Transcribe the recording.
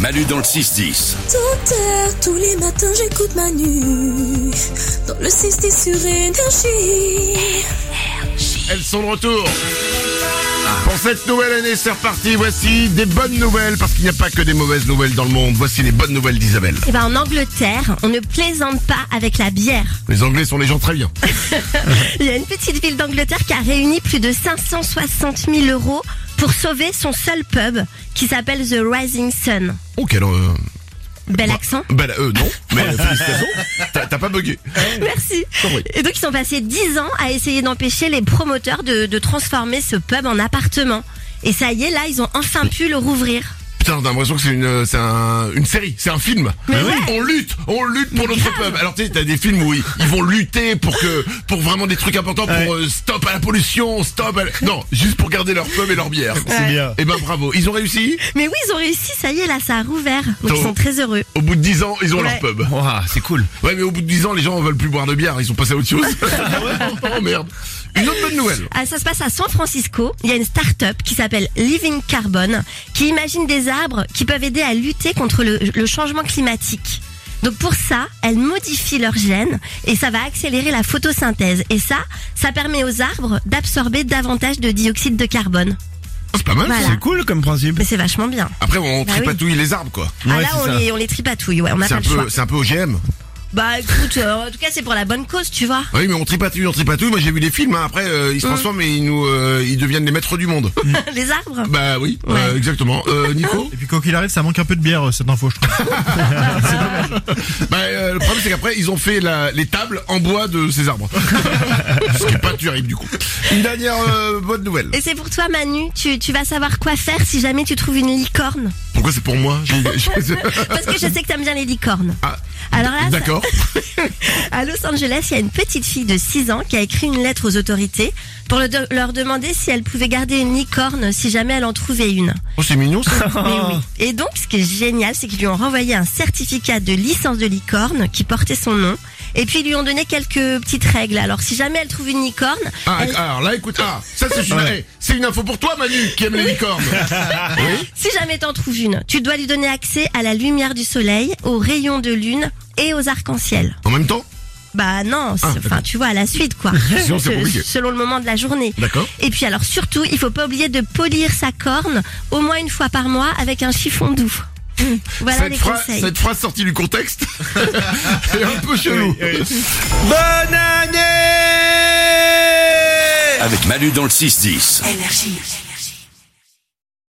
Manu dans le 6-10. Terre, tous les matins j'écoute Manu dans le 6 sur énergie. Elles sont de retour. Pour cette nouvelle année, c'est reparti. Voici des bonnes nouvelles, parce qu'il n'y a pas que des mauvaises nouvelles dans le monde. Voici les bonnes nouvelles d'Isabelle. Eh ben, en Angleterre, on ne plaisante pas avec la bière. Les Anglais sont les gens très bien. Il y a une petite ville d'Angleterre qui a réuni plus de 560 000 euros pour sauver son seul pub qui s'appelle The Rising Sun. Oh, quel... Euh, Bel accent. ben, euh, non, mais félicitations. T'as t'as pas bugué. Merci. Sorry. Et donc ils ont passé 10 ans à essayer d'empêcher les promoteurs de, de transformer ce pub en appartement. Et ça y est, là, ils ont enfin pu le rouvrir. Putain, j'ai l'impression que c'est une, euh, c'est un- une série, c'est un film. Mais ouais. On lutte, on lutte pour Mais notre grave. peuple. Alors tu sais, t'as des films où ils, ils vont lutter pour que, pour vraiment des trucs importants, pour Ouais. euh, stop à la pollution, stop. À... la- Non, juste pour garder leur pub et leur bière. C'est bien. Et ben bravo, ils ont réussi. Mais oui, ils ont réussi, ça y est, là, ça a rouvert. Donc Donc- ils sont très heureux. Au bout de 10 ans, ils ont leur Ouais. pub. Ouah, c'est cool. Ouais, mais au bout de 10 ans, les gens veulent plus boire de bière, ils sont passés à autre chose. oh merde. Une autre bonne nouvelle. Ah, ça se passe à San Francisco. Il y a une start-up qui s'appelle Living Carbon qui imagine des arbres qui peuvent aider à lutter contre le, le changement climatique. Donc pour ça, elles modifient leurs gènes et ça va accélérer la photosynthèse. Et ça, ça permet aux arbres d'absorber davantage de dioxyde de carbone. C'est pas mal. ça. Voilà. C'est cool comme principe. Mais c'est vachement bien. Après, on Bah oui. tripatouille les arbres, quoi. ah Ouais, là, c'est on ça. les, on les tripatouille, ouais, on n'a C'est pas un le choix. peu, c'est un peu OGM. Bah écoute, euh, en tout cas c'est pour la bonne cause, tu vois. Oui, mais on tripatouille, on tripatouille. Moi, j'ai vu des films. hein. Après, euh, ils se transforment et ils nous, euh, ils deviennent les maîtres du monde. les arbres. bah oui, euh, exactement. Euh, Nico. Et puis quoi qu'il arrive, ça manque un peu de bière euh, cette info, je trouve. bah, euh, le problème, c'est qu'après, ils ont fait la, les tables en bois de ces arbres. Ce qui est pas terrible du coup. Une dernière euh, bonne nouvelle. Et c'est pour toi Manu, tu, tu vas savoir quoi faire si jamais tu trouves une licorne. Pourquoi c'est pour moi J'ai- j'ai- Parce que je sais que t'aimes bien les licornes. Ah, Alors là, ça- D'accord. à Los Angeles, il y a une petite fille de 6 ans qui a écrit une lettre aux autorités pour le- leur demander si elle pouvait garder une licorne si jamais elle en trouvait une. Oh, c'est mignon ça. Mais oui. Et donc, ce qui est génial, c'est qu'ils lui ont renvoyé un certificat de licence de licorne qui portait son nom. Et puis, ils lui ont donné quelques petites règles. Alors, si jamais elle trouve une licorne, Ah, elle- alors là, écoute, ah, ça c'est une, Ouais. eh, c'est une info pour toi, Manu, qui aime les licornes. si jamais t'en trouves une, tu dois lui donner accès à la lumière du soleil, aux rayons de lune et aux arcs-en-ciel. En même temps, Bah non, c'est- enfin tu vois à la suite quoi. Ah, Sinon, c'est Se- compliqué. Selon le moment de la journée. D'accord. Et puis alors surtout, il faut pas oublier de polir sa corne au moins une fois par mois avec un chiffon doux. Voilà cette, les phrase, conseils. cette phrase sortie du contexte est un peu chelou. Bonne année Avec Manu dans le 6-10. Énergie.